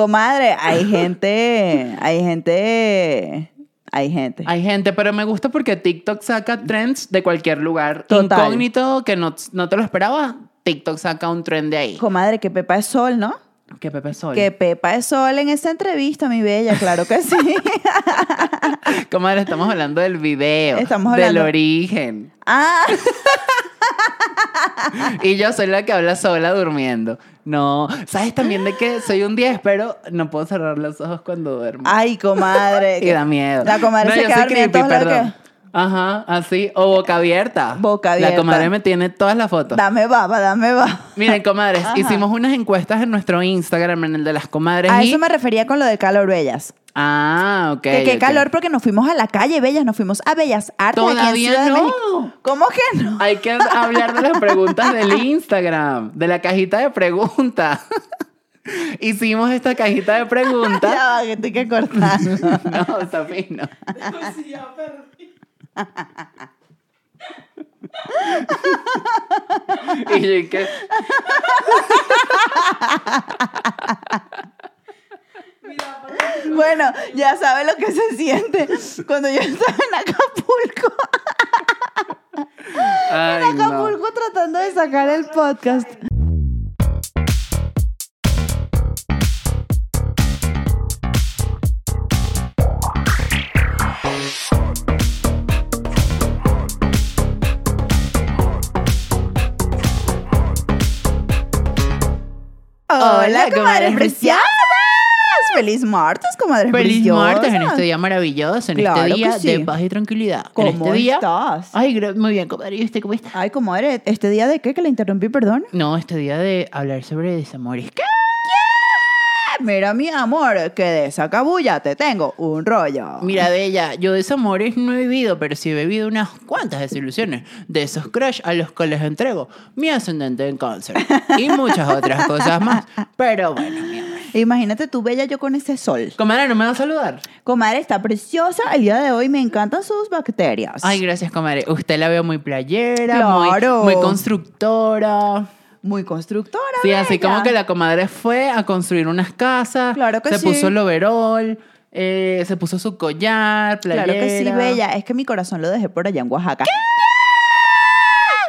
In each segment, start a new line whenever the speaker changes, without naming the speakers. Comadre, hay gente, hay gente, hay gente.
Hay gente, pero me gusta porque TikTok saca trends de cualquier lugar.
Total.
Incógnito, que no, no te lo esperabas, TikTok saca un trend de ahí.
Comadre, que Pepa es sol, ¿no?
Que Pepe Sol.
Que Pepa es sol en esta entrevista, mi bella, claro que sí.
Comadre, estamos hablando del video.
Estamos
Del
hablando-
origen.
ah,
Y yo soy la que habla sola durmiendo. No, ¿sabes también de que soy un 10, pero no puedo cerrar los ojos cuando duermo?
ay, comadre.
y da miedo.
Ah, La comadre
No,
se
yo
queda
soy
dormida en
creepy,
todos lados
perdón. Ajá, así. O boca abierta.
Boca abierta.
La comadre me tiene todas las
que-
fotos.
Dame baba, dame baba.
Miren, comadres,
Ajá.
hicimos unas encuestas en nuestro Instagram, en el de las comadres.
A
y-
eso me refería con lo del calor, bellas.
Ah, ok.
Que qué
ok.
calor porque nos fuimos a la calle, bellas, nos fuimos a Bellas Artes. aquí en
Todavía
Ciudad de
no.
México. ¿Cómo que no?
Hay que hablar de las preguntas del Instagram, de la cajita de preguntas. Hicimos esta cajita de preguntas.
Ya va, que estoy que cortar.
No, Safi, no. y yo, ¿y qué?
Bueno, ya sabe lo que se siente cuando yo estaba en Acapulco.
Ay,
En
no.
Acapulco tratando de sacar el podcast. Hola, comadres
comadres
preciosas. Feliz martes, comadres
Feliz
preciosas.
martes en este día maravilloso, en
Claro
este
que
día
sí.
de paz y tranquilidad. En
¿Cómo
este día-
estás?
Ay, gra- muy bien, comadre. ¿Y usted cómo está?
Ay, comadre, ¿este día de qué? Que la interrumpí, perdón.
No, este día de hablar sobre desamores. ¿Qué?
Mira, mi amor, que de esa cabulla te tengo un rollo.
Mira, Bella, yo de amores no he vivido, pero sí he vivido unas cuantas desilusiones. De esos crush a los que les entrego mi ascendente en cáncer. Y muchas otras cosas más. Pero bueno, mi amor.
Imagínate tú, bella, yo con ese sol.
Comadre, ¿no me va a saludar?
Comadre, está preciosa. El día de hoy me encantan sus bacterias.
Ay, gracias, comadre. Usted la veo muy playera,
Claro.
muy, muy constructora.
Muy constructora.
Sí, así
bella.
como que la comadre fue a construir unas casas.
Claro que
se
sí.
puso el overol, eh, se puso su collar, playera.
Claro que sí, bella. Es que mi corazón lo dejé por allá en Oaxaca.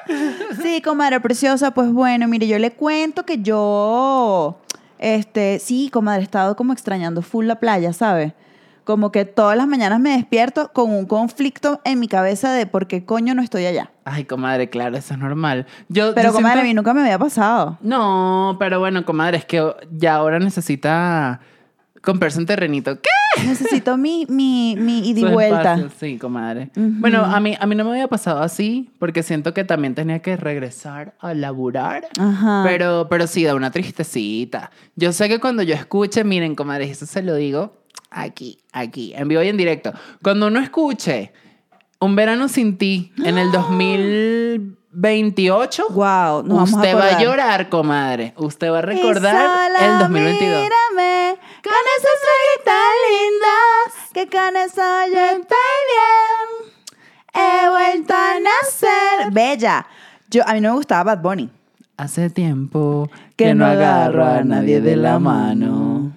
Sí, comadre preciosa, pues bueno, mire, yo le cuento que yo, este, sí, comadre, he estado como extrañando full la playa, ¿sabes? Como que todas las mañanas me despierto con un conflicto en mi cabeza de por qué coño no estoy allá.
Ay, comadre, claro, eso es normal. Yo,
Pero
yo
comadre,
siempre-
a mí nunca me había pasado.
No, pero bueno, comadre, es que ya ahora necesita comprarse un terrenito. ¿Qué?
Necesito mi, mi, mi ida y
Su
vuelta.
espacio, Sí, comadre.
Ujú.
Bueno, a mí, a mí no me había pasado así, porque siento que también tenía que regresar a laburar.
Ajá.
Pero, pero sí, da una tristecita. Yo sé que cuando yo escuche, miren, comadre, eso se lo digo aquí, aquí, en vivo y en directo. Cuando uno escuche Un verano sin ti en el 2028,
Wow, nos vamos a
usted va a
acordar.
llorar, comadre. Usted va
Y
a recordar
sola
el 2022.
Mírame, con esas ojitas lindas, que con eso yo estoy bien. He vuelto a nacer. Bella. Yo, a mí no me gustaba Bad Bunny.
Hace tiempo
Que
que, no
no
agarro a
agarro
nadie de la mano.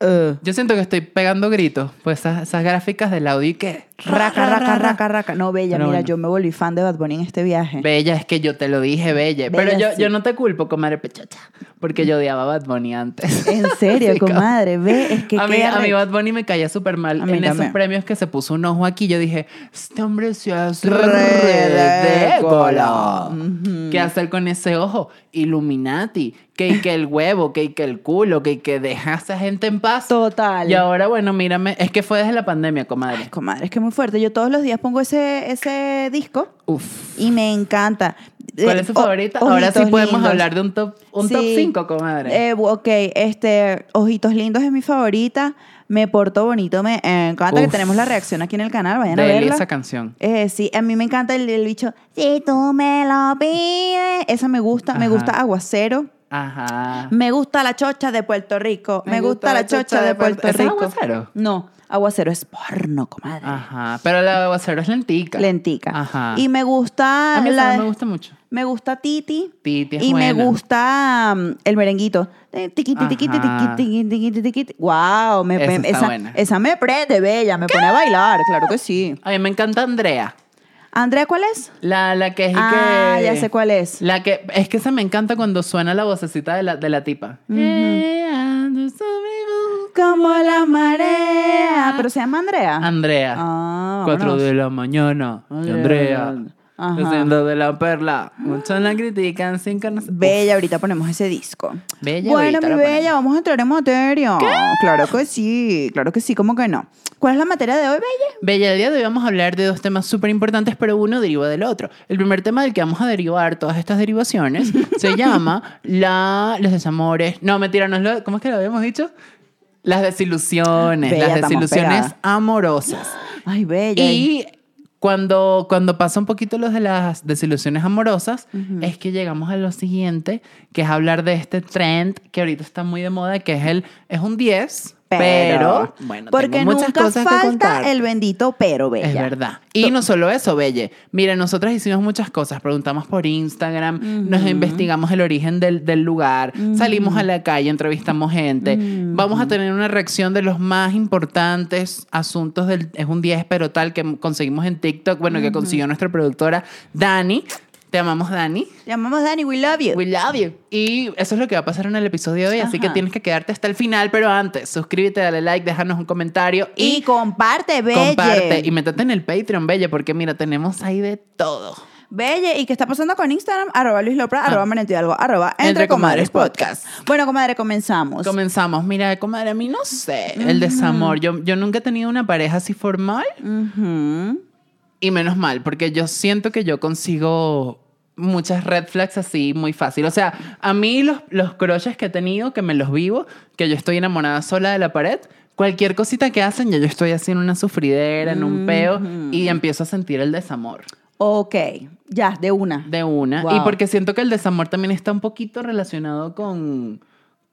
Eh,
Yo siento que estoy pegando gritos, pues esas, esas gráficas del audio y que...
raca, raca, raca, raca. No, Bella,
Pero
mira,
bueno.
yo me volví fan de Bad Bunny en este viaje.
Bella, es que yo te lo dije, Bella.
Bella,
Pero yo,
sí.
yo no te culpo, comadre pechacha, porque yo odiaba a Bad Bunny antes.
en serio,
Sí, comadre.
comadre, ve, es que
a, mí,
qué
a mí
arrecho.
Bad Bunny me caía súper mal.
A mí
En
también.
esos premios que se puso un ojo aquí, yo dije, este hombre se hace
Redécola.
redécola. ¿Qué hacer con ese ojo? Illuminati. Que que el huevo, que que el culo, que que deja a esa gente en paz.
Total.
Y ahora, bueno, mírame, es que fue desde la pandemia, comadre.
Comadre, es que es muy fuerte. Yo todos los días pongo ese, ese disco
Uf.
y me encanta.
¿Cuál es su
Eh, o-
favorita? Ahora sí
Ojitos
podemos
Lindos.
hablar de un top 5, un top
Sí.
cinco, comadre.
Eh, ok, este, Ojitos Lindos es mi favorita. Me porto bonito, me encanta que
Uf.
tenemos la reacción aquí en el canal, vayan a
de él,
verla.
esa canción.
Eh, sí, a mí me encanta el, el bicho, si tú me lo pides. Esa me gusta, me
Ajá.
gusta Aguacero.
Ajá.
Me gusta la chocha de Puerto Rico. Me, gusta, la chocha, de Puerto,
¿Esa es
Rico.
aguacero?
No, aguacero es porno, comadre.
Ajá. Pero la de aguacero es lentica.
Lentica.
Ajá.
Y me gusta
A mí esa
la-
no me gusta mucho.
me gusta Titi.
Titi es
y me
buena.
gusta mm, el merenguito. Eh, tiqui, tiqui, tiqui,
Ajá.
tiqui, tiqui, tiqui, tiqui. Wow, me,
Esa
me-
está
esa,
buena.
esa me prende bella, me pone a bailar, claro que sí.
A mí me encanta Andrea.
Andrea, ¿cuál es?
La, la que es y
Ah,
que...
ya sé cuál es.
La que... Es que esa me encanta cuando suena la vocecita de la, de la tipa. Eh, ando sobre-
Como la marea. Pero se llama Andrea.
Andrea.
Ah,
Cuatro
vámonos.
de la mañana.
Ay,
Andrea.
ajá. Ah.
Haciendo de la perla. Muchos la critican sin conocer.
Bella, ahorita ponemos ese disco.
Bella,
bueno,
ahorita
mi
lo
bella,
ponemos.
vamos a entrar en materia. Claro que sí, claro que sí, ¿cómo que no? ¿Cuál es la materia de hoy, Bella?
Bella, el día de hoy vamos a hablar de dos temas súper importantes, pero uno deriva del otro. El primer tema del que vamos a derivar todas estas derivaciones se llama la, los desamores. No, mentira, no es lo- ¿cómo es que lo habíamos dicho? Las desilusiones,
Bella,
las
estamos
desilusiones
pegadas.
amorosas.
Ay, Bella.
Y cuando, cuando pasa un poquito los de las desilusiones amorosas, es que llegamos a lo siguiente, que es hablar de este trend que ahorita está muy de moda, que es el es un 10, pero, bueno,
porque
tengo muchas
nunca
cosas
falta
que contar.
el bendito pero, Bella.
Es verdad. Y no solo eso, Belle. Mira, nosotras hicimos muchas cosas. Preguntamos por Instagram, nos investigamos el origen del, del lugar, salimos a la calle, entrevistamos gente. Vamos a tener una reacción de los más importantes asuntos del Es un 10, pero tal que conseguimos en TikTok, bueno, que consiguió nuestra productora Dani. Te amamos, Dani.
Llamamos Dani, we love you.
We love you. Y eso es lo que va a pasar en el episodio de hoy, así que
Ajá.
tienes que quedarte hasta el final, pero antes, suscríbete, dale like, déjanos un comentario
y, comparte, Bella.
Comparte y métete en el Patreon, Belle, porque mira, tenemos ahí de todo.
Belle, ¿y qué está pasando con Instagram? Arroba Luis Lopra, arroba Manento Hidalgo, arroba Entre,
Ah. Entre
Comadres
Comadres
Podcast. Bueno, comadre, comenzamos.
Comenzamos. Mira, comadre, a mí no sé. El desamor. Yo, yo nunca he tenido una pareja así formal
Ujú.
y menos mal, porque yo siento que yo consigo muchas red flags así muy fácil. O sea, a mí los, los crushes que he tenido, que me los vivo, que yo estoy enamorada sola de la pared. Cualquier cosita que hacen, ya yo estoy así en una sufridera, en un peo, y empiezo a sentir el desamor.
Ok, ya, de una.
De una.
Wow.
Y porque siento que el desamor también está un poquito relacionado con,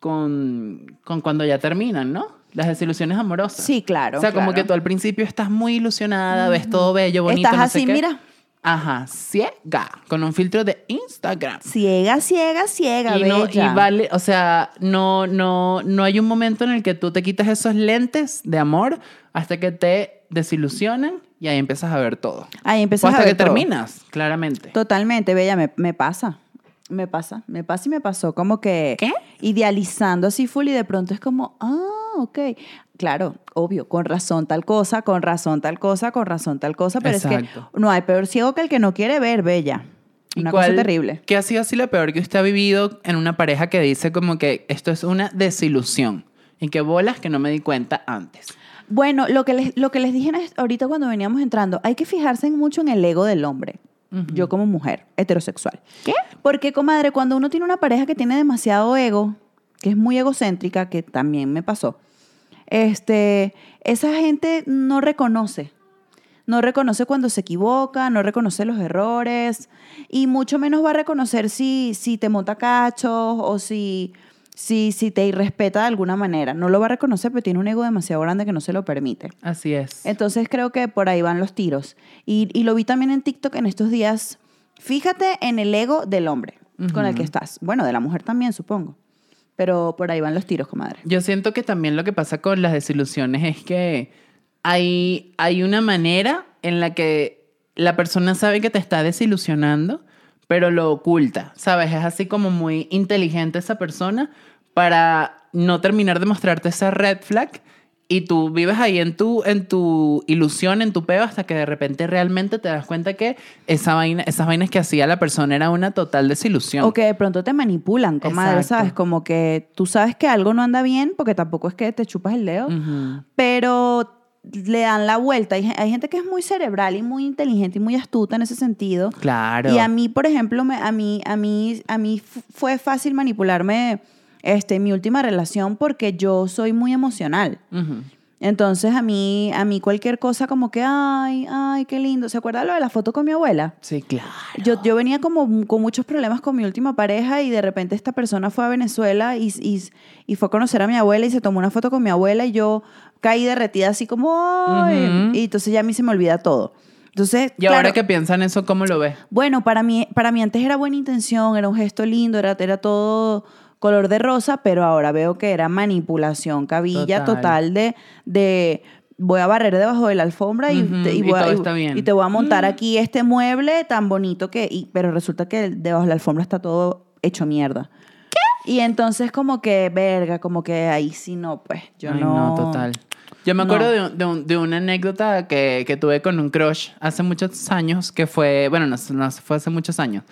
con, con cuando ya terminan, ¿no? Las desilusiones amorosas.
Sí, claro.
O sea, como
claro.
que tú al principio estás muy ilusionada, ves todo bello, bonito.
Estás
no sé
así,
qué.
mira.
Ajá, ciega, con un filtro de Instagram.
Ciega, ciega, ciega,
Y, no, y
bella.
vale, o sea, no, no, no hay un momento en el que tú te quitas esos lentes de amor hasta que te desilusionan y ahí empiezas a ver todo.
Ahí
o
empezó
hasta
a ver
que
todo.
terminas, claramente.
Totalmente, bella, me, me pasa. Me pasa, me pasa y me pasó. Como que
¿Qué?
idealizando así full y de pronto es como, ah, ok. Claro, obvio, con razón tal cosa, con razón tal cosa, con razón tal cosa, pero es
Exacto.
que no hay peor ciego que el que no quiere ver, bella.
¿Y
Una cosa
cuál-
terrible.
¿Qué ha sido así lo peor que usted ha vivido en una pareja que dice como que esto es una desilusión? Y que bolas que no me di cuenta antes.
Bueno, lo que les, lo que les dije ahorita cuando veníamos entrando, hay que fijarse mucho en el ego del hombre. Yo como mujer heterosexual.
¿Qué?
Porque, comadre, cuando uno tiene una pareja que tiene demasiado ego, que es muy egocéntrica, que también me pasó, este, esa gente no reconoce. No reconoce cuando se equivoca, no reconoce los errores y mucho menos va a reconocer si, si te monta cachos o si, si, si te irrespeta de alguna manera. No lo va a reconocer, pero tiene un ego demasiado grande que no se lo permite.
Así es.
Entonces creo que por ahí van los tiros. Y, y lo vi también en TikTok en estos días. Fíjate en el ego del hombre con el que estás. Bueno, de la mujer también, supongo. Pero por ahí van los tiros, comadre.
Yo siento que también lo que pasa con las desilusiones es que hay, hay una manera en la que la persona sabe que te está desilusionando, pero lo oculta, ¿sabes? Es así como muy inteligente esa persona para no terminar de mostrarte esa red flag y tú vives ahí en tu, en tu ilusión, en tu peo, hasta que de repente realmente te das cuenta que esa vaina, esas vainas que hacía la persona era una total desilusión.
O que de pronto te manipulan, comadre,
Exacto.
¿sabes? Como que tú sabes que algo no anda bien, porque tampoco es que te chupas el
Mm.
dedo,
Ujú.
pero le dan la vuelta. Hay, gen- hay gente que es muy cerebral y muy inteligente y muy astuta en ese sentido.
Claro.
Y a mí, por ejemplo, me- a mí, a mí, a mí fu- fue fácil manipularme este, en mi última relación porque yo soy muy emocional.
Ujú.
Entonces a mí, a mí cualquier cosa como que, ay, ay, qué lindo. ¿Se acuerda lo de la foto con mi abuela?
Sí, claro.
Yo, yo venía como m- con muchos problemas con mi última pareja y de repente esta persona fue a Venezuela y, y, y fue a conocer a mi abuela y se tomó una foto con mi abuela y yo caí derretida así como, "Ay".
Ujú.
y entonces ya a mí se me olvida todo. Entonces,
Y ahora
claro,
que piensan eso, ¿cómo lo ves?
bueno, para mí, para mí antes era buena intención, era un gesto lindo, era, era todo color de rosa, pero ahora veo que era manipulación, cabilla
Total.
total, de, de voy a barrer debajo de la alfombra y,
Ujú,
te,
y
voy a-
todo está bien. Mm.
y te voy a montar aquí este mueble tan bonito que, y- pero resulta que debajo de la alfombra está todo hecho mierda. ¿Qué? Y entonces como que, verga, como que ahí sí no, pues yo
Ay,
no.
total. Yo me
No.
acuerdo de, un- de un- de una anécdota que, que tuve con un crush hace muchos años, que fue, bueno, no, no fue hace muchos años,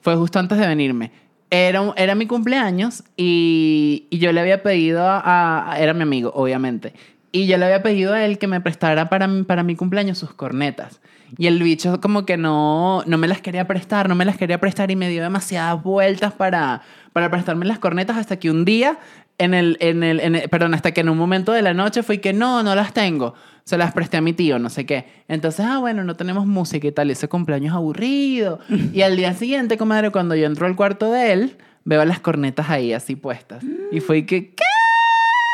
fue justo antes de venirme. Era, un- era mi cumpleaños y, y yo le había pedido a, a- Era mi amigo, obviamente. Y yo le había pedido a él que me prestara para, mi- para mi cumpleaños sus cornetas. Y el bicho como que no, no me las quería prestar, no me las quería prestar y me dio demasiadas vueltas para, para prestarme las cornetas hasta que un día en el, en el, en el- perdón, hasta que en un momento de la noche fui que no, no las tengo. Se las presté a mi tío, no sé qué. Entonces, ah, bueno, no tenemos música y tal. Ese cumpleaños aburrido. Y al día siguiente, comadre, cuando yo entro al cuarto de él, veo las cornetas ahí así puestas. Y fui que, ¿qué?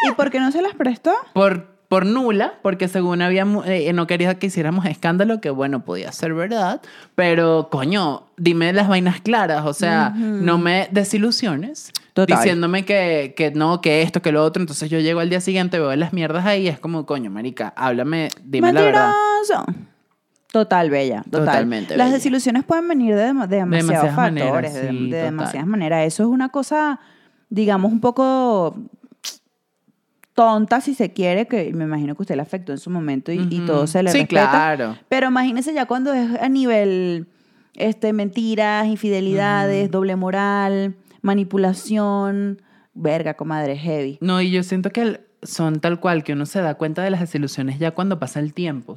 ¿Y por qué no se las prestó?
Por, por nula, porque según había, mu- eh, no quería que hiciéramos escándalo, que bueno, podía ser verdad. Pero, coño, dime las vainas claras. O sea, no me desilusiones
Total.
diciéndome que, que no, que esto, que lo otro. Entonces yo llego al día siguiente, veo las mierdas ahí y es como, coño, marica, háblame, dime la verdad.
Mentiroso. Total, bella. Total.
Totalmente
Las
bella.
desilusiones pueden venir de, dem- de demasiados
demasiadas
factores,
maneras,
de,
sí,
de
total.
demasiadas maneras. Eso es una cosa, digamos, un poco tonta, si se quiere, que me imagino que usted le afectó en su momento y, y
Ujú.
todo se le
Sí,
respeta.
claro.
Pero imagínese ya cuando es a nivel este, mentiras, infidelidades, doble moral, manipulación. Verga, comadre, heavy.
No, y yo siento que el- son tal cual, que uno se da cuenta de las desilusiones ya cuando pasa el tiempo,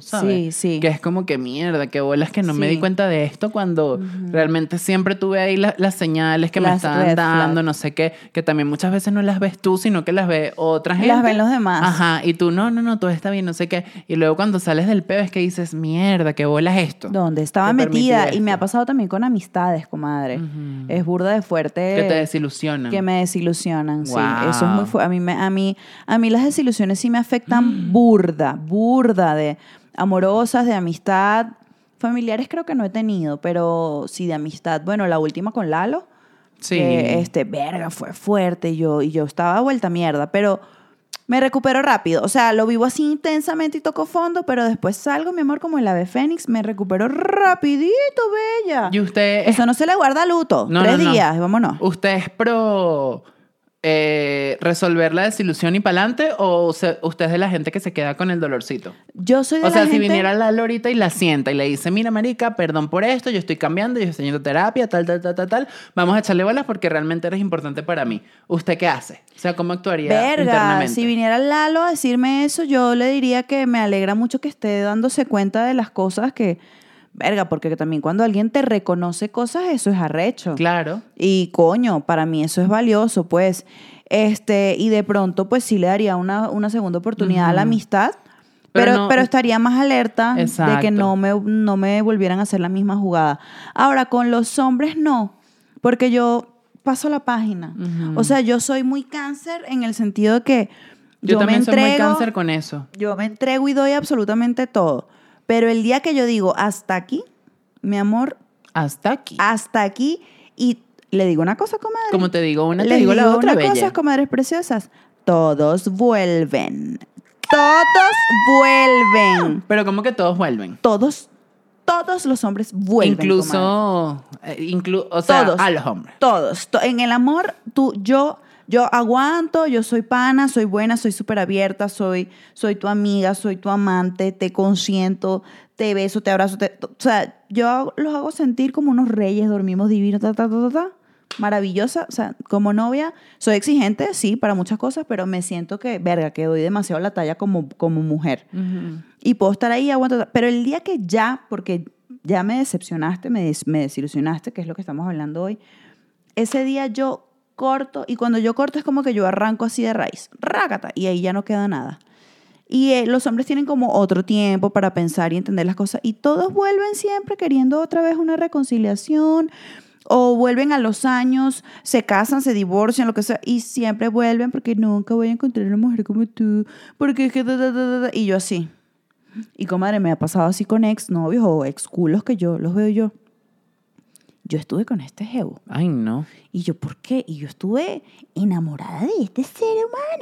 Sí,
¿sabes?
sí.
Que es como que mierda, que bolas que no me
Sí.
di cuenta de esto cuando realmente siempre tuve ahí la- las señales que me
Las
estaban
red
dando,
flag.
no sé qué, que también muchas veces no las ves tú, sino que las ve otra gente.
ven los demás.
Ajá, y tú, no, no, no, todo está bien, no sé qué. Y luego cuando sales del peo es que dices, mierda, que bolas esto.
Donde estaba
que permití
metida. Y me
esto.
ha pasado también con amistades, comadre.
Ujú.
Es burda de fuerte.
Que te desilusionan.
eh, que me desilusionan, sí.
Wow.
Eso es muy fu- a mí me- a mí a mí las desilusiones sí me afectan burda, burda de amorosas, de amistad, familiares creo que no he tenido, pero sí de amistad. Bueno, la última con Lalo,
Sí.
que, este verga fue fuerte y yo y yo estaba vuelta mierda, pero me recupero rápido, o sea, lo vivo así intensamente y toco fondo, pero después salgo, mi amor, como el ave fénix, me recupero rapidito, bella.
Y usted es
Eso no se le guarda a luto.
No,
Tres
no, Uh, no.
días, y vámonos.
¿Usted es pro eh, resolver la desilusión y pa'lante o se- usted es de la gente que se queda con el dolorcito?
Yo soy de
O
la
sea, si
gente-
viniera la Lorita y la sienta y le dice, mira, marica, perdón por esto, yo estoy cambiando, yo estoy yendo a terapia, tal, tal, tal, tal, tal, vamos a echarle bolas porque realmente eres importante para mí. ¿Usted qué hace? O sea, ¿cómo actuaría
Verga,
internamente?
si viniera Lalo a decirme eso, yo le diría que me alegra mucho que esté dándose cuenta de las cosas que... Verga, porque también cuando alguien te reconoce cosas, eso es arrecho.
Claro.
Y coño, para mí eso es valioso, pues. Este, y de pronto, pues sí le daría una, una segunda oportunidad a la amistad, pero,
Pero
pero,
no-
estaría más alerta de que
Exacto.
no me, no me volvieran a hacer la misma jugada. Ahora, con los hombres no, porque yo paso la página. O sea, yo soy muy cáncer en el sentido de que
Yo,
yo, me
también soy
entrego
muy cáncer con eso.
yo me entrego y doy absolutamente todo. Pero el día que yo digo, hasta aquí, mi amor,
Hasta aquí.
hasta aquí, y le digo una cosa, comadre.
Como te digo una, te
Les
digo la
una
otra, bella.
cosa, comadres preciosas. Todos vuelven. Todos vuelven.
Pero como que todos vuelven.
Todos, todos los hombres vuelven. comadre.
Incluso, eh, inclu- o sea,
Todos.
a los hombres.
Todos. To- en el amor, tú, yo, yo aguanto, yo soy pana, soy buena, soy súper abierta, soy, soy tu amiga, soy tu amante, te consiento, te beso, te abrazo. te- o sea, yo hago- los hago sentir como unos reyes, dormimos divinos, ta, ta, ta, ta, ta. Maravillosa, o sea, como novia, soy exigente, sí, para muchas cosas, pero me siento que, verga, que doy demasiado la talla como, como mujer. Y puedo estar ahí, aguanto. Pero el día que ya, porque ya me decepcionaste, me, des- me desilusionaste, que es lo que estamos hablando hoy, ese día yo corto y cuando yo corto es como que yo arranco así de raíz, rácata, y ahí ya no queda nada. Y eh, los hombres tienen como otro tiempo para pensar y entender las cosas. Y todos vuelven siempre queriendo otra vez una reconciliación. O vuelven a los años, se casan, se divorcian, lo que sea. Y siempre vuelven porque nunca voy a encontrar una mujer como tú. Porque es que... da, da, da, da". Y yo así. Y comadre, me ha pasado así con ex novios o ex culos que yo los veo yo. Yo estuve con este jevo.
Ay, no.
Y yo, ¿por qué? Y yo estuve enamorada de este ser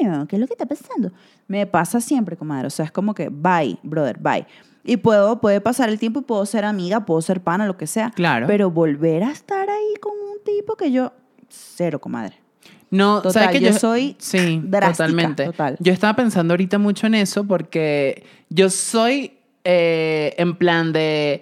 humano. ¿Qué es lo que está pasando? Me pasa siempre, comadre. O sea, es como que, bye, brother, bye. Y puedo, puede pasar el tiempo y puedo ser amiga, puedo ser pana, lo que sea.
Claro.
Pero volver a estar ahí con un tipo que yo, cero, comadre.
No,
Total,
¿sabes que
yo soy
sí,
drástica,
totalmente.
total.
Yo estaba pensando ahorita mucho en eso porque yo soy eh, en plan de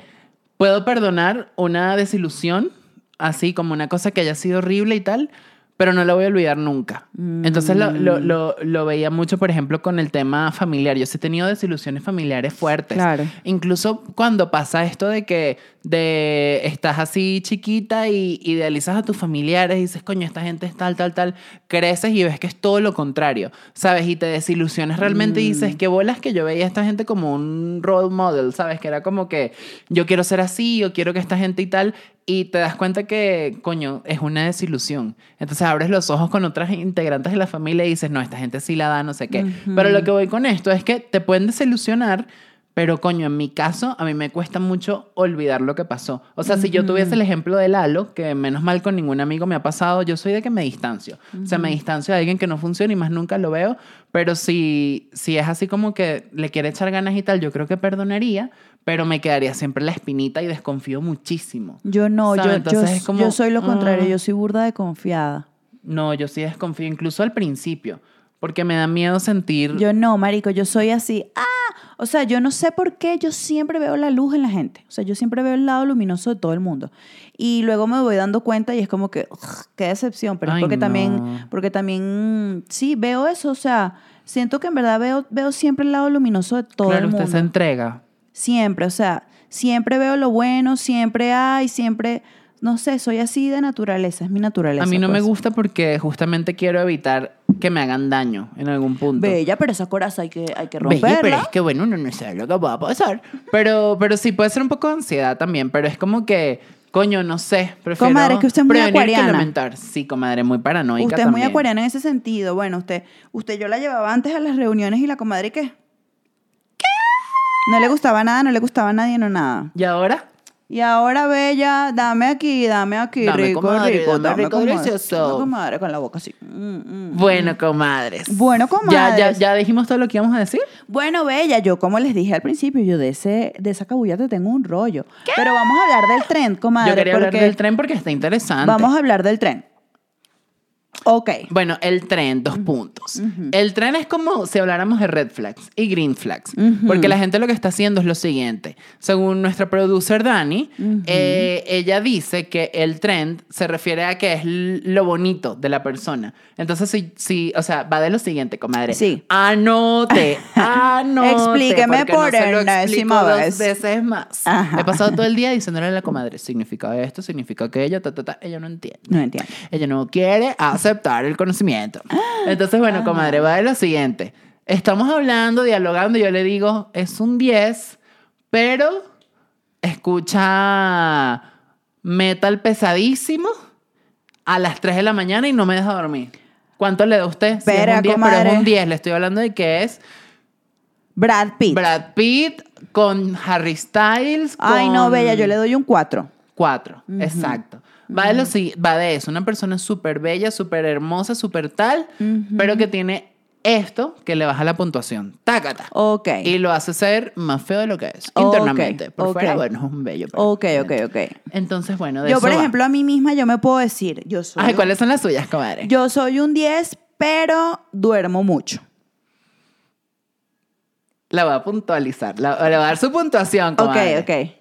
puedo perdonar una desilusión, así como una cosa que haya sido horrible y tal, pero no la voy a olvidar nunca. Entonces lo,
Mm.
lo- lo- lo veía mucho, por ejemplo, con el tema familiar. Yo sí he tenido desilusiones familiares fuertes.
Claro.
Incluso cuando pasa esto de que de estás así chiquita y idealizas a tus familiares y dices, coño, esta gente es tal, tal, tal, creces y ves que es todo lo contrario, ¿sabes? Y te desilusionas realmente y dices, qué bolas que yo veía a esta gente como un role model, ¿sabes? Que era como que yo quiero ser así, yo quiero que esta gente y tal, y te das cuenta que, coño, es una desilusión. Entonces abres los ojos con otras integrantes de la familia y dices, no, esta gente sí la da, no sé qué. Pero lo que voy con esto es que te pueden desilusionar. Pero coño, en mi caso, a mí me cuesta mucho olvidar lo que pasó. O sea, si yo tuviese el ejemplo de Lalo, que menos mal con ningún amigo me ha pasado, yo soy de que me distancio. O sea, me distancio de alguien que no funciona y más nunca lo veo. Pero si, si es así como que le quiere echar ganas y tal, yo creo que perdonaría, pero me quedaría siempre la espinita y desconfío muchísimo.
Yo no,
¿Sabe?
yo, yo,
Entonces es como,
yo soy lo contrario.
ah.
Yo soy burda de confiada.
No, yo sí desconfío, incluso al principio, porque me da miedo sentir...
Yo no, marico, yo soy así. Ah, o sea, yo no sé por qué yo siempre veo la luz en la gente. O sea, yo siempre veo el lado luminoso de todo el mundo. Y luego me voy dando cuenta y es como que, ugh, qué decepción. Pero
Ay,
es porque
no.
también, porque también, mm, sí, veo eso. O sea, siento que en verdad veo, veo siempre el lado luminoso de todo
claro,
el
usted
mundo.
se entrega.
Siempre, o sea, siempre veo lo bueno, siempre hay, siempre, no sé, soy así de naturaleza, es mi naturaleza.
A mí no me
pues.
gusta porque justamente quiero evitar que me hagan daño en algún punto.
Bella, pero esa coraza hay que, hay que
Bella,
romperla.
pero es que bueno, uno no sabe lo que va a pasar. Pero, pero sí puede ser un poco de ansiedad también, pero es como que, coño, no sé. Prefiero
Comadre, es que usted es muy
prevenir
acuariana.
Que lamentar. Sí, comadre, muy paranoica
Usted es muy
también.
acuariana en ese sentido. Bueno, usted, usted yo la llevaba antes a las reuniones y la comadre qué. ¿Qué? No le gustaba nada, no le gustaba a nadie, no nada.
¿Y ahora?
Y ahora, bella, dame aquí, dame aquí,
Dame,
rico,
comadre,
rico,
dame, rico,
comadre.
delicioso.
Dame, comadre, con la boca así. Mm, mm.
Bueno, comadres.
Bueno,
¿Ya, ya,
comadres.
¿Ya dijimos todo lo que íbamos a decir?
Bueno, bella, yo como les dije al principio, yo de ese, de esa cabulla te tengo un rollo. Pero vamos a hablar del tren, comadre,
Yo quería hablar
porque
del tren porque está interesante.
vamos a hablar del tren. Ok.
Bueno, el tren, dos puntos. El tren es como si habláramos de red flags y green flags. Porque la gente lo que está haciendo es lo siguiente. Según nuestra producer Dani, eh, ella dice que el trend se refiere a que es l- lo bonito de la persona. Entonces, si, si- o sea, va de lo siguiente, comadre.
Sí.
Anote, anote.
Explíqueme
porque no
por
se lo
enésima
explico dos
vez.
veces más.
Ajá.
He pasado todo el día diciéndole a la comadre, significa esto, significa aquello, ta, ta, ta. Ella no entiende.
No entiendo.
Ella no quiere aceptar el conocimiento. Entonces,
Ah.
bueno, comadre, va de lo siguiente. Estamos hablando, dialogando, y yo le digo, es un 10, pero escucha metal pesadísimo a las 3 de la mañana y no me deja dormir. ¿Cuánto le da a usted? Si es
Espera,
un 10, pero es
comadre.
un 10. Le estoy hablando de que es
Brad Pitt.
Brad Pitt con Harry Styles.
Ay, no,
con-
bella, yo le doy un 4.
Cuatro, exacto. Va de, lo sigui- va de eso, una persona súper bella, súper hermosa, súper tal, pero que tiene esto que le baja la puntuación. Tácata.
Ok.
Y lo hace ser más feo de lo que es,
Ok,
internamente. Por
ok.
fuera, bueno, es un bello. pero
Ok, ok,
internamente.
ok.
Entonces, bueno, de
Yo,
eso
por
va.
ejemplo, a mí misma yo me puedo decir, yo soy,
Ay,
un-
¿cuáles son las suyas, comadre?
yo soy un 10, pero duermo mucho.
La voy a puntualizar, la, le voy a dar su puntuación, comadre.
Ok, ok.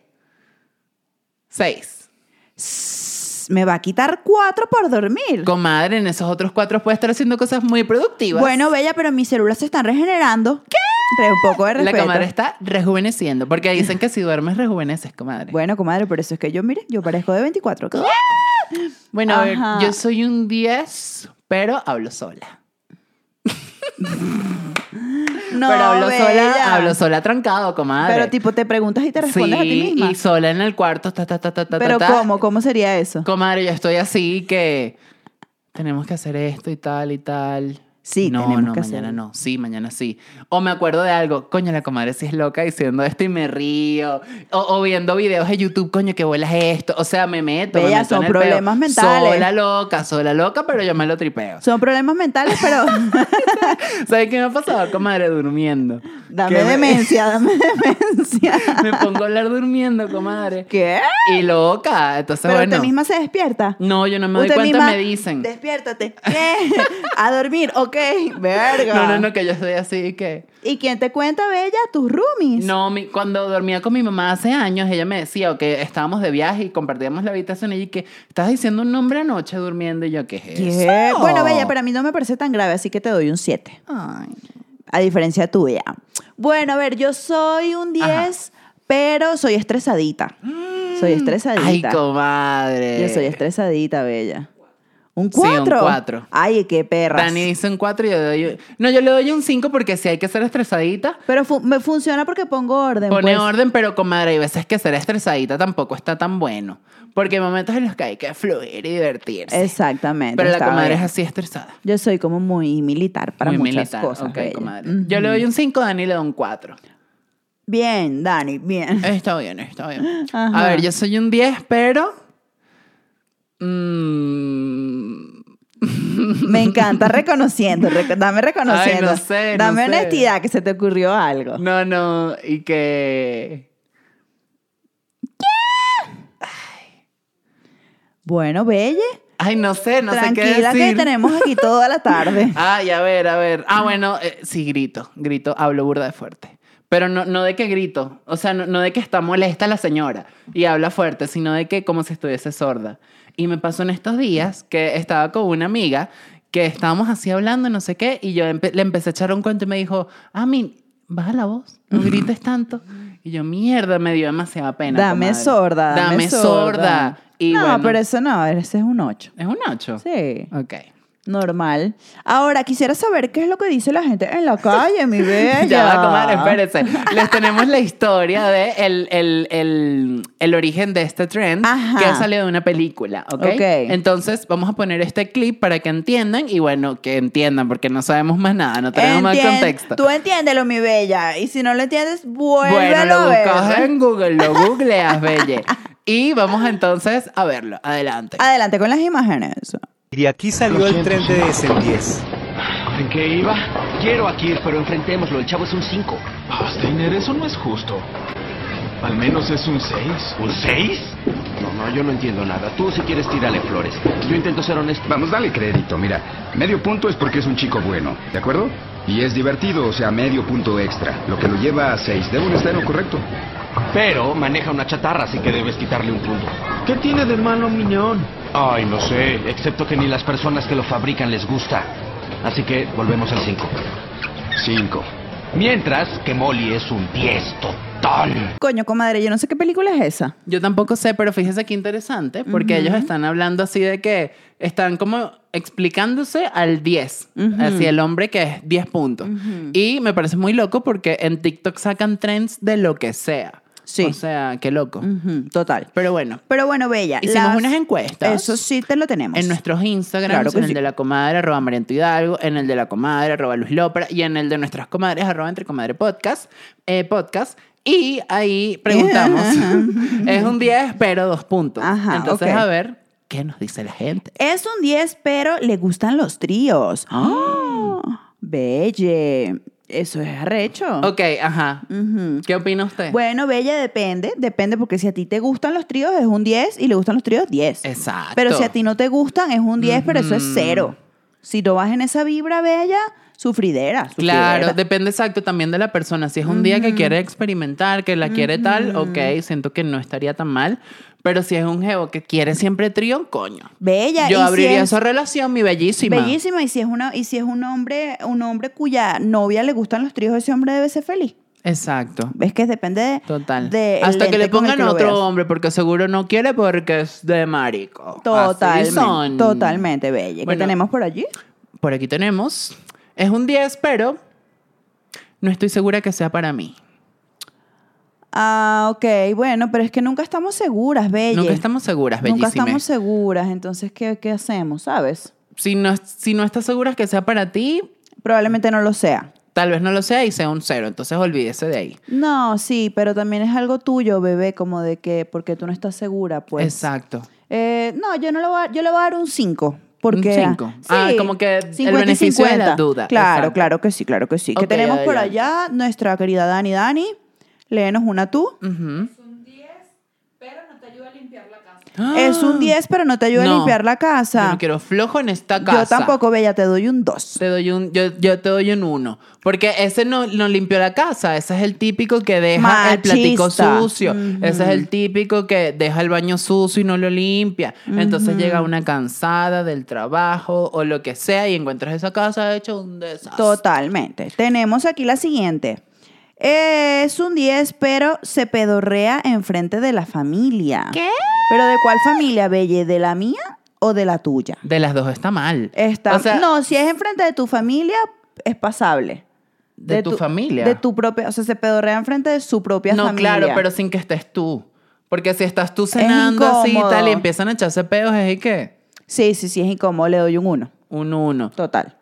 Seis.
S- Me va a quitar 4 por dormir.
Comadre, en esos otros cuatro puede estar haciendo cosas muy productivas.
Bueno, bella, pero mis células se están regenerando. ¿Qué? un poco de
la
respeto.
comadre está rejuveneciendo, porque dicen que si duermes rejuveneces, comadre.
Bueno, comadre, por eso es que yo, mire, yo parezco de 24. ¿qué?
Bueno, a ver,
Ajá.
yo soy un 10, pero hablo sola.
No,
pero hablo
bella.
sola, hablo sola trancado, comadre.
Pero tipo, te preguntas y te respondes a ti
sí,
misma.
y sola en el cuarto, ta, ta, ta, ta, ta,
Pero
ta, ta.
¿cómo? ¿Cómo sería eso?
Comadre, yo estoy así que tenemos que hacer esto y tal y tal.
Sí,
no,
tenemos
no,
que
mañana
hacerlo.
no. Sí, mañana sí. O me acuerdo de algo. Coño, la comadre sí es loca diciendo esto y me río. O, o viendo videos de YouTube, coño, que bolas esto. O sea, me meto. me
Bella,
meto en
son
el peo.
problemas mentales.
Sola loca, sola loca, pero yo me lo tripeo.
Son problemas mentales, pero
¿Sabes qué me ha pasado, comadre? Durmiendo.
dame
Que me-
demencia, dame demencia.
Me pongo a hablar durmiendo, comadre.
¿Qué?
Y loca. Entonces,
Pero
bueno.
usted misma se despierta.
No, yo no me doy
Usted
cuenta,
misma,
me dicen.
Despiértate. ¿Qué? A dormir, ok. Verga.
No, no, no, que yo estoy así que.
¿Y quién te cuenta, Bella? Tus roomies.
No, mi- cuando dormía con mi mamá hace años, ella me decía o que estábamos de viaje y compartíamos la habitación y que estás diciendo un nombre anoche durmiendo y yo, ¿qué es
¿Qué?
eso?
Bueno, Bella, pero a mí no me parece tan grave, así que te doy un 7.
Ay.
A diferencia tuya. Bueno, a ver, yo soy un 10,
Ajá. Mm.
pero soy estresadita. Soy estresadita.
Ay, comadre.
Yo soy estresadita, Bella. ¿Un
Sí, un
4?
cuatro.
Ay, qué perras.
Dani dice un 4 y yo doy un... No, yo le doy un 5 porque si hay que ser estresadita,
Pero fu- me funciona porque pongo orden.
pone
pues.
orden, pero comadre, hay veces que ser estresadita tampoco está tan bueno. Porque hay momentos en los que hay que fluir y divertirse.
Exactamente.
pero la
está
comadre
bien.
es así estresada.
Yo soy como muy militar para
Muy
muchas
militar.
cosas.
Ok,
Bella.
comadre.
Ujú.
Yo le doy un 5, Dani le da un 4.
Bien, Dani, bien.
Está bien, está bien.
Ajá.
A ver, yo soy un 10, pero. mm,
Me encanta reconociendo. reco- dame reconociendo.
Ay, no sé, no
dame
sé.
honestidad que se te ocurrió algo.
No, no, y que.
Bueno, Belle,
Ay, no sé, no sé qué
tranquila
decir.
que tenemos aquí toda la tarde.
Ay, a ver, a ver. Ah, bueno, eh, sí, grito, grito, hablo burda de fuerte. Pero no, no de que grito, o sea, no, no de que está molesta la señora y habla fuerte, sino de que como si estuviese sorda. Y me pasó en estos días que estaba con una amiga que estábamos así hablando, no sé qué, y yo empe- le empecé a echar un cuento y me dijo, Amin, baja la voz, no grites tanto. Y yo, mierda, me dio demasiada pena.
Dame
comadre.
sorda, dame,
sorda. Y
no,
bueno,
pero eso no, ese es un 8.
es un 8.
Sí,
Ok.
normal. Ahora, quisiera saber qué es lo que dice la gente en la calle, mi bella.
Ya va, comadre, espérense. Les tenemos la historia de el, el, el, el origen de este trend
Ajá.
que ha salido de una película, ¿ok?
Ok.
Entonces, vamos a poner este clip para que entiendan y bueno, que entiendan porque no sabemos más nada, no tenemos más
Entien-
contexto.
Tú entiéndelo, mi bella. Y si no lo entiendes, vuélvelo
bueno, lo
a
buscas ¿eh?
ver.
en Google, lo googleas, belle. Y vamos entonces a verlo. Adelante.
Adelante con las imágenes.
Y de aquí salió el tren de el 10.
¿En qué iba?
Quiero a Kir, pero enfrentémoslo. El chavo es un 5.
Steiner, eso no es justo. Al menos es un 6.
¿Un 6? No, no, yo no entiendo nada. Tú si quieres tírale flores. Yo intento ser honesto.
Vamos, dale crédito, mira. Medio punto es porque es un chico bueno, ¿de acuerdo? Y es divertido, o sea, medio punto extra, lo que lo lleva a seis. Debo estar en lo correcto.
Pero maneja una chatarra, así que debes quitarle un punto.
¿Qué tiene de malo Miñón?
Ay, no sé. Excepto que ni las personas que lo fabrican les gusta. Así que volvemos al 5.
Cinco.
Mientras que Molly es un 10 total.
Coño, comadre, yo no sé qué película es esa.
Yo tampoco sé, pero fíjese qué interesante, porque ellos están hablando así de que están como explicándose al 10, así el hombre que es 10 puntos. Y me parece muy loco porque en TikTok sacan trends de lo que sea.
Sí.
O sea, qué loco.
Ujú, total.
Pero bueno,
Pero bueno, Bella.
Hicimos
las-
unas encuestas.
Eso sí te lo tenemos.
en nuestros Instagrams,
Claro que
en el
sí.
de la comadre, arroba Marianto Hidalgo, en el de la comadre, arroba Luz Lopra, y en el de nuestras comadres, arroba Entre Comadre Podcast, eh, podcast y ahí preguntamos. es un 10, pero dos puntos.
Ajá,
Entonces,
ok.
a ver, ¿qué nos dice la gente?
Es un 10, pero le gustan los tríos. Belle. Eso es arrecho.
Ah. Ok, Eh. ajá.
Ujú.
¿Qué opina usted?
Bueno, Bella, depende. Depende, porque si a ti te gustan los tríos, es un 10 y le gustan los tríos, 10.
Exacto.
Pero si a ti no te gustan, es un 10, pero eso es
Ujú.
cero. Si no vas en esa vibra, Bella, sufridera.
Claro,
sufridera.
depende exacto también de la persona. Si es un día que quiere experimentar, que la quiere tal, ok, siento que no estaría tan mal. Pero si es un geo que quiere siempre trío, coño.
Bella. y
Yo
si
abriría
es
esa relación, mi bellísima.
Bellísima. Y si es, una, y si es un, hombre, un hombre cuya novia le gustan los tríos, ese hombre debe ser feliz.
Exacto.
Es que depende de...
Total.
de el
Hasta que le
lente con el
pongan
lo
otro
veas.
hombre, porque seguro no quiere porque es de marico. Así
Totalmente,
son.
totalmente, Bella. ¿Qué
Bueno.
tenemos por allí?
Por aquí tenemos. Es un 10, pero No estoy segura que sea para mí.
Ah, ok, bueno, pero es que nunca estamos seguras, Belle.
Nunca estamos seguras,
Nunca
bellísima.
estamos seguras, entonces, ¿qué, qué hacemos, sabes?
Si no, si no estás segura que sea para ti,
Probablemente no lo sea.
tal vez no lo sea y sea un cero. Entonces olvídese de ahí.
No, sí, pero también es algo tuyo, bebé, como de que, porque tú no estás segura, pues.
Exacto.
Eh, no, yo no lo voy a, yo le voy a dar un 5. Porque,
Un cinco. Ah, como que el
50 y
beneficio de la
50.
duda,
Claro,
exacto.
claro que sí, claro que sí.
Ok,
que tenemos por
adelante.
allá nuestra querida Dani. Dani, léenos una tú.
Ujú.
Es un 10, pero no te ayuda a
No.
limpiar la
Yo
casa.
no quiero flojo en esta casa.
Yo tampoco, Bella, te doy un 2.
Te doy un, yo, yo te doy un uno. Porque ese no, no limpió la casa. Ese es el típico que deja el platico
Machista.
sucio. Ese es el típico que deja el baño sucio y no lo limpia. Entonces llega una cansada del trabajo o lo que sea y encuentras esa casa hecho un desastre.
Totalmente. Tenemos aquí la siguiente. Es un 10, pero se pedorrea enfrente de la familia. ¿Qué? ¿Pero de cuál familia, Belle? ¿De la mía o de la tuya?
De las dos está mal.
Está,
O sea,
no, si es enfrente de tu familia, es pasable.
de, tu, familia.
De tu propia, o sea, se pedorrea enfrente de su propia
no,
familia.
claro, pero sin que estés tú. Porque si estás tú cenando así y
incómodo.
tal y empiezan a echarse pedos, es ¿y qué?
Sí, sí, sí, es incómodo. Le doy un 1.
Un uno.
Total.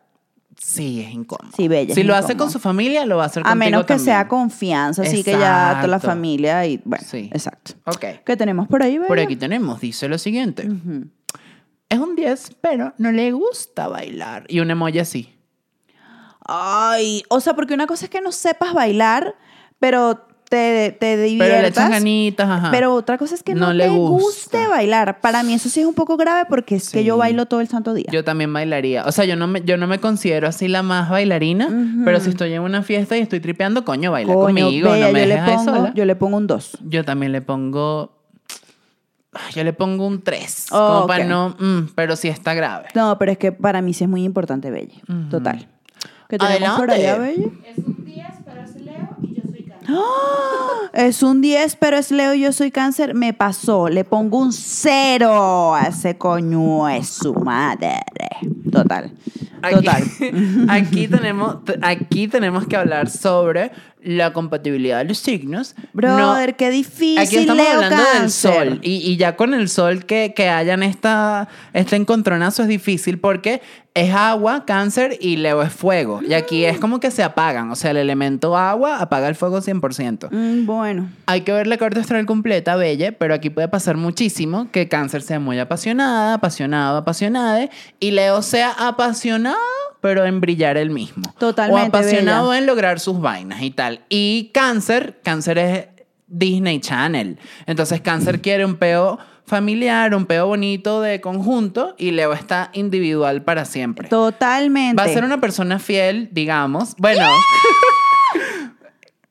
Sí, es incómodo.
Sí, bella,
Si
es
lo hace
incómodo.
con su familia, lo va a hacer
A
contigo
menos que
también.
sea confianza, así que ya toda la
Exacto.
familia y bueno,
Sí.
exacto.
Ok.
¿Qué tenemos por ahí, Bella?
Por aquí tenemos, dice lo siguiente. Es un 10, pero no le gusta bailar. Y un emoji así.
Ay, o sea, porque una cosa es que no sepas bailar, pero te, te
Pero le echas
diviertas.
ganitas, ajá.
Pero otra cosa es que no,
No le
te guste
gusta.
bailar. Para mí eso sí es un poco grave porque es que
Sí.
yo bailo todo el santo día.
Yo también bailaría. O sea, yo no me, yo no me considero así la más bailarina, pero si estoy en una fiesta y estoy tripeando, coño, baila
Coño,
conmigo,
bella,
no me
yo, le
dejes ahí
pongo,
sola.
yo le pongo un 2.
Yo también le pongo. Ah, Yo le pongo un 3.
Oh,
como
ok.
para no. mm, pero sí está grave.
No, pero es que para mí sí es muy importante, Bella. Total. ¿Qué tenemos por
Adelante.
allá, Bella? ¡Ah! Es un 10, pero es Leo y yo soy cáncer. Me pasó. Le pongo un 0 a ese coño. Es su madre. Total.
Aquí,
Total.
aquí tenemos, t- aquí tenemos que hablar sobre la compatibilidad de los signos. No-
Brother, qué difícil.
Aquí estamos
Leo
hablando del
Cáncer.
sol. Y, y ya con el sol que, que hayan esta, este encontronazo es difícil porque es agua, cáncer y Leo es fuego. Y aquí
Mm.
es como que se apagan. O sea, el elemento agua apaga el fuego 100%.
Mm, bueno.
Hay que ver la carta astral completa, Belle, pero aquí puede pasar muchísimo que Cáncer sea muy apasionada, apasionado, apasionada, y Leo sea apasionado, pero en brillar el mismo.
Totalmente,
O apasionado
Bella.
en lograr sus vainas y tal. Y Cáncer, Cáncer es Disney Channel. Entonces Cáncer quiere un peo familiar, un peo bonito de conjunto, y Leo está individual para siempre.
Totalmente.
Va a ser una persona fiel, digamos. Bueno.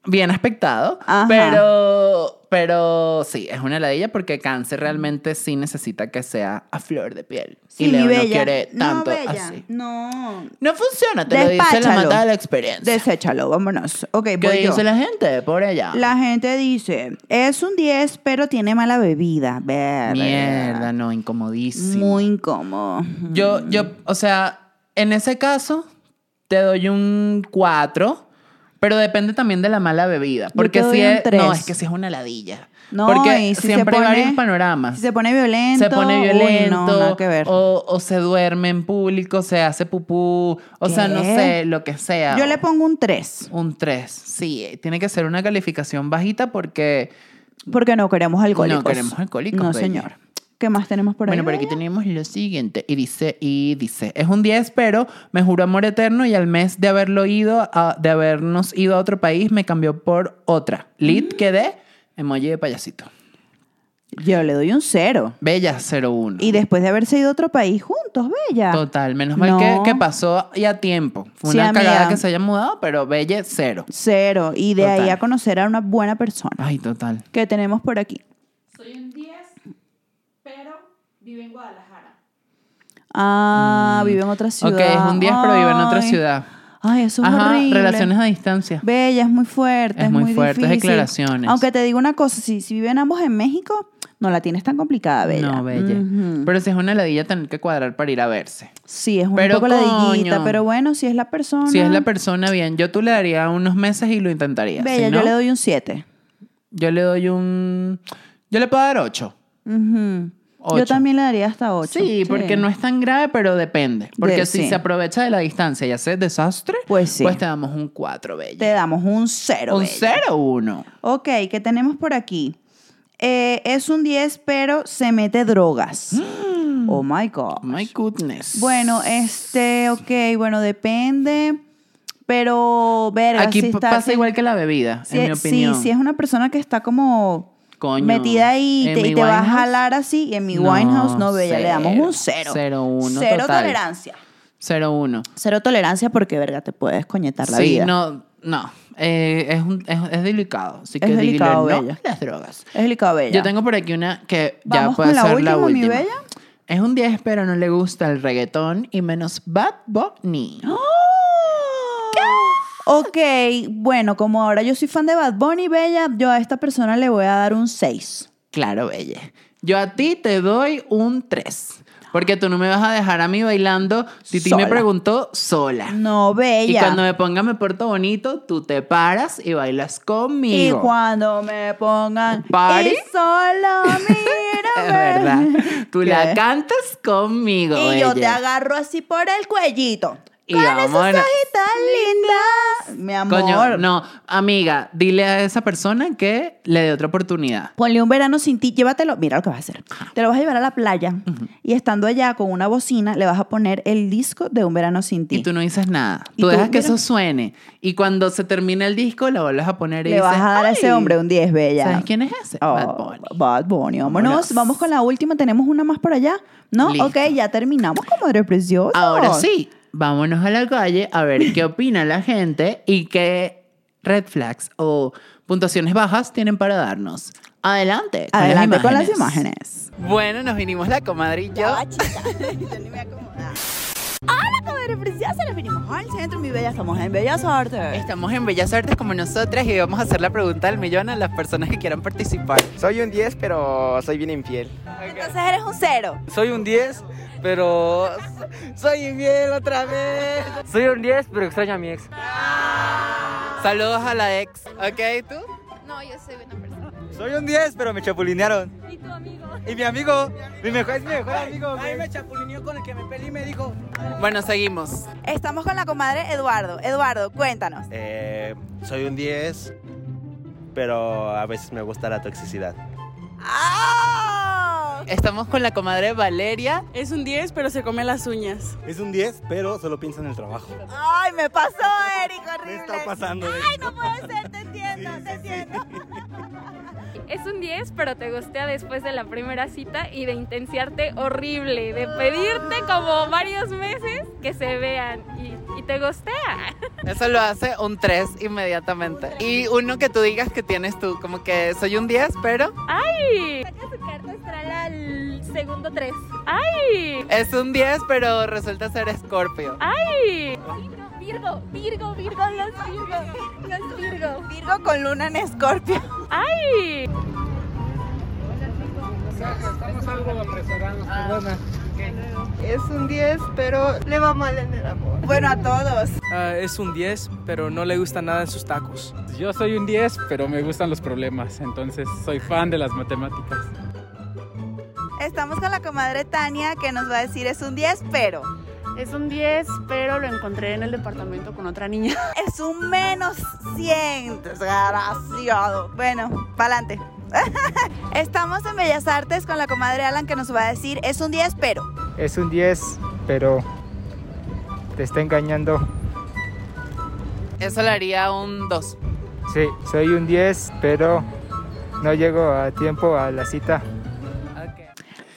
Bien aspectado,
Ajá.
pero pero sí, es una ladilla porque cáncer realmente sí necesita que sea a flor de piel.
Sí,
y Leo no
Bella.
quiere tanto
no, bella.
así.
No.
No funciona, te lo dice la
Despáchalo.
mata de la experiencia.
Deséchalo, vámonos. Ok,
¿Qué
voy yo.
dice la gente? Por allá.
La gente dice, es un 10, pero tiene mala bebida. Verga.
Mierda, no, incomodísimo.
Muy incómodo. Mm.
Yo, yo, o sea, en ese caso, te doy un 4, pero depende también de la mala bebida. Porque
te doy
si
un
es.
tres.
No, es que si es una ladilla.
No,
porque
y si se
siempre
pone-
hay varios panoramas.
Si se pone violento.
Se pone
uy,
violento,
no, nada que ver.
O, o se duerme en público, se hace pupú, o sea, no
¿Qué?
sé, lo que sea.
Yo le pongo un 3,
un 3. Sí, eh, tiene que ser una calificación bajita porque.
porque no queremos alcohólicos.
No queremos alcohólicos,
No,
bella.
señor. ¿Qué más tenemos por ahí?
bueno, por aquí
bella?
tenemos lo siguiente. Y dice, y dice, es un 10, pero me juró amor eterno y al mes de haberlo ido, a- de habernos ido a otro país, me cambió por otra.
Mm.
Lit quedé, emoji de payasito.
Yo le doy un 0.
Bella 01.
Y después de haberse ido a otro país juntos, bella.
Total, menos mal
No.
que, que pasó y a tiempo. Fue
Sí,
una
amiga.
cagada que se haya mudado, pero Belle cero.
Cero. Y de ahí
Total.
a conocer a una buena persona.
Ay, total.
¿Qué tenemos por aquí?
Soy un 10, pero vivo en Guadalajara.
Ah, vive en otra ciudad.
Ok, es un 10, pero vive en otra
Ay.
ciudad.
Ay, eso es
Ajá,
horrible.
relaciones a distancia.
Bella, es muy fuerte.
Es
Es,
muy fuerte, es
difícil.
declaraciones.
Aunque te digo una cosa, si, si viven ambos en México, No la tienes tan complicada, Bella.
No, bella.
Ujú.
Pero si es una ladilla, tener que cuadrar para ir a verse.
Sí, es un
Pero
poco ladillita,
coño.
pero bueno, si es la persona.
Si es la persona, bien. Yo tú le daría unos meses y lo intentaría.
Bella,
Si no,
yo le doy un 7.
yo le doy un... Yo le puedo dar ocho. Ocho.
Yo también le daría hasta 8.
Sí, porque no es tan grave, pero depende. Porque
De-
si
sí.
se aprovecha de la distancia y hace desastre,
Pues sí.
pues te damos un 4, Bella.
Te damos un 0.
un 0 1.
Ok, ¿qué tenemos por aquí? Eh, es un 10, pero se mete drogas. Oh my God.
Mm. My goodness.
Bueno, este, ok, bueno, depende. Pero, verga,
Aquí
si
p-
está-
pasa
si-
igual que la bebida,
si-
en mi
sí,
opinión.
si es una persona que está como
Coño.
metida ahí y te,
Amy
y te va a
Winehouse.
jalar así, y en mi
No,
Winehouse, no, bella, le damos un
cero.
cero.
Cero, uno,
Cero
total.
tolerancia.
0-1.
Cero tolerancia porque, verga, te puedes coñetar la
sí,
vida.
no, no. Eh, es, un- es, es delicado. Así
Es
que dile
delicado,
no
Bella.
a las drogas.
Es delicado, bella.
Yo tengo por aquí una que ya
Vamos
puede
con la
ser
última,
la
mi
última.
bella.
Es un 10, pero no le gusta el reggaetón y menos Bad Bunny.
Ah. ¡Oh! Ok, bueno, como ahora yo soy fan de Bad Bunny, Bella, yo a esta persona le voy a dar un 6.
Claro, Belle. Yo a ti te doy un 3. Porque tú no me vas a dejar a mí bailando. Titi
Sola.
me preguntó sola.
No, Bella.
Y cuando me ponga me porto bonito, tú te paras y bailas
Y
conmigo.
cuando me pongan
Party.
y solo
Es
mírame.
verdad. Tú la
¿Qué?
cantas conmigo,
Y yo te
Belle.
agarro así por el cuellito.
Y
con esas
vámonos.
hojitas lindas. Mi amor.
Coño, no, amiga, dile a esa persona que le dé otra oportunidad.
Ponle un verano sin ti, llévatelo. Mira lo que vas a hacer. Te lo vas a llevar a la playa y estando allá con una bocina le vas a poner el disco de un verano sin ti.
Y tú no dices nada.
Y
Tú,
tú,
dejas que
mira.
eso suene. Y cuando se termine el disco, lo vuelves a poner y
le
dices,
vas a dar a ese
"Ay,
hombre un 10, bella.
¿Sabes quién es ese?
Oh,
Bad Bunny.
Bad Bunny, vámonos.
Vámonos.
Vamos con la última. Tenemos una más por allá. ¿No?
Listo.
Ok, ya terminamos, comadre preciosa.
Ahora sí, vámonos a la calle a ver qué opina la gente y qué red flags o puntuaciones bajas tienen para darnos. Adelante. con las
Adelante con las
imágenes.
imágenes.
Bueno, nos vinimos la comadrilla.
Hola, comadre preciosa. Nos venimos al centro, mi bella. Estamos en Bellas Artes.
Estamos en Bellas Artes como nosotras y vamos a hacer la pregunta del millón a las personas que quieran participar.
Soy un 10, pero soy bien infiel.
Entonces eres un cero.
Soy un 10, pero soy infiel otra vez. Soy un 10, pero extraño a mi ex.
Saludos a la ex. ¿Ok? ¿Tú?
No, yo soy buena persona.
Soy un 10, pero me chapulinearon.
¿Y tu amigo?
Y mi amigo, mi mejor es mi mejor amigo. A mí me chapulineó con el que me pelí y me dijo.
Bueno, seguimos.
Estamos con la comadre Eduardo. Eduardo, cuéntanos.
Eh, soy un 10, pero a veces me gusta la toxicidad.
¡Ah!
Estamos con la comadre Valeria.
Es un 10, pero se come las uñas.
Es un 10, pero solo piensa en el trabajo.
¡Ay, me pasó, Eric!
¿Qué
Horrible.
está pasando?
Ay, no puede ser, te entiendo, te entiendo.
Es un 10, pero te gustea después de la primera cita y de intensiarte horrible, de pedirte como varios meses que se vean y, y te gustea.
Eso lo hace un 3 inmediatamente. Y uno que tú digas que tienes tú, como que soy un 10, pero
Saca su carta astral al segundo 3. ¡Ay!
es un 10, pero resulta ser escorpio.
Ah.
¡Ay! Virgo, Virgo, Virgo, los Virgo, los Virgo.
Virgo con luna en escorpio.
¡Ay!
Ah.
Es un 10, pero le va mal en el amor.
Bueno, a todos.
es un 10, pero no le gusta nada en sus tacos.
Yo soy un 10, pero me gustan los problemas, entonces soy fan de las matemáticas.
Estamos con la comadre Tania que nos va a decir es un 10, pero
Es un 10, pero lo encontré en el departamento con otra niña.
es un menos 100. Desgraciado. Bueno, pa'lante. Estamos en Bellas Artes con la comadre Alan que nos va a decir es un 10, pero.
Es un 10, pero te está engañando.
Eso le haría un 2.
Sí, soy un 10, pero no llego a tiempo a la cita.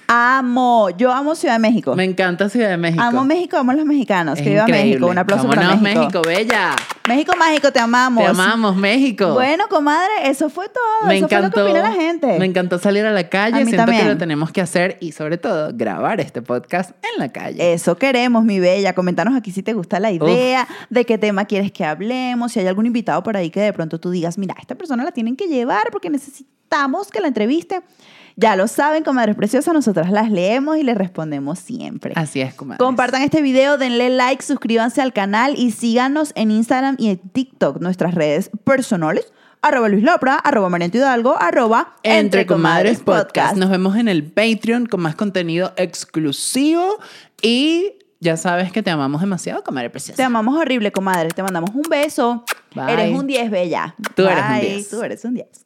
Amo. Yo amo Ciudad de México.
Me encanta Ciudad de México.
Amo México, amo los mexicanos.
Es
que viva
increíble.
México. Un aplauso para
Vámonos,
México.
México, bella.
México mágico, te amamos.
Te amamos, México.
Bueno, comadre, eso fue todo.
me
eso fue
encantó.
lo que opina la gente.
Me encantó salir a la calle.
A mí
Siento que
también.
lo tenemos que hacer y sobre todo grabar este podcast en la calle.
Eso queremos, mi bella. Comentanos aquí si te gusta la idea, de qué tema quieres que hablemos, si hay algún invitado por ahí que de pronto tú digas, mira, a esta persona la tienen que llevar porque necesitamos aceptamos que la entrevisten. Ya lo saben, comadres preciosas, nosotras las leemos y les respondemos siempre.
Así es, comadres.
Compartan este video, denle like, suscríbanse al canal y síganos en Instagram y en TikTok, nuestras redes personales, arroba Luis Lopra, arroba Marianto Hidalgo, arroba
Entre Comadres Podcast. Nos vemos en el Patreon con más contenido exclusivo y ya sabes que te amamos demasiado, comadre preciosa.
Te amamos horrible, comadre. Te mandamos un beso.
Bye.
Eres un 10, bella.
Tú eres un
Bye.
10.
Tú eres un 10.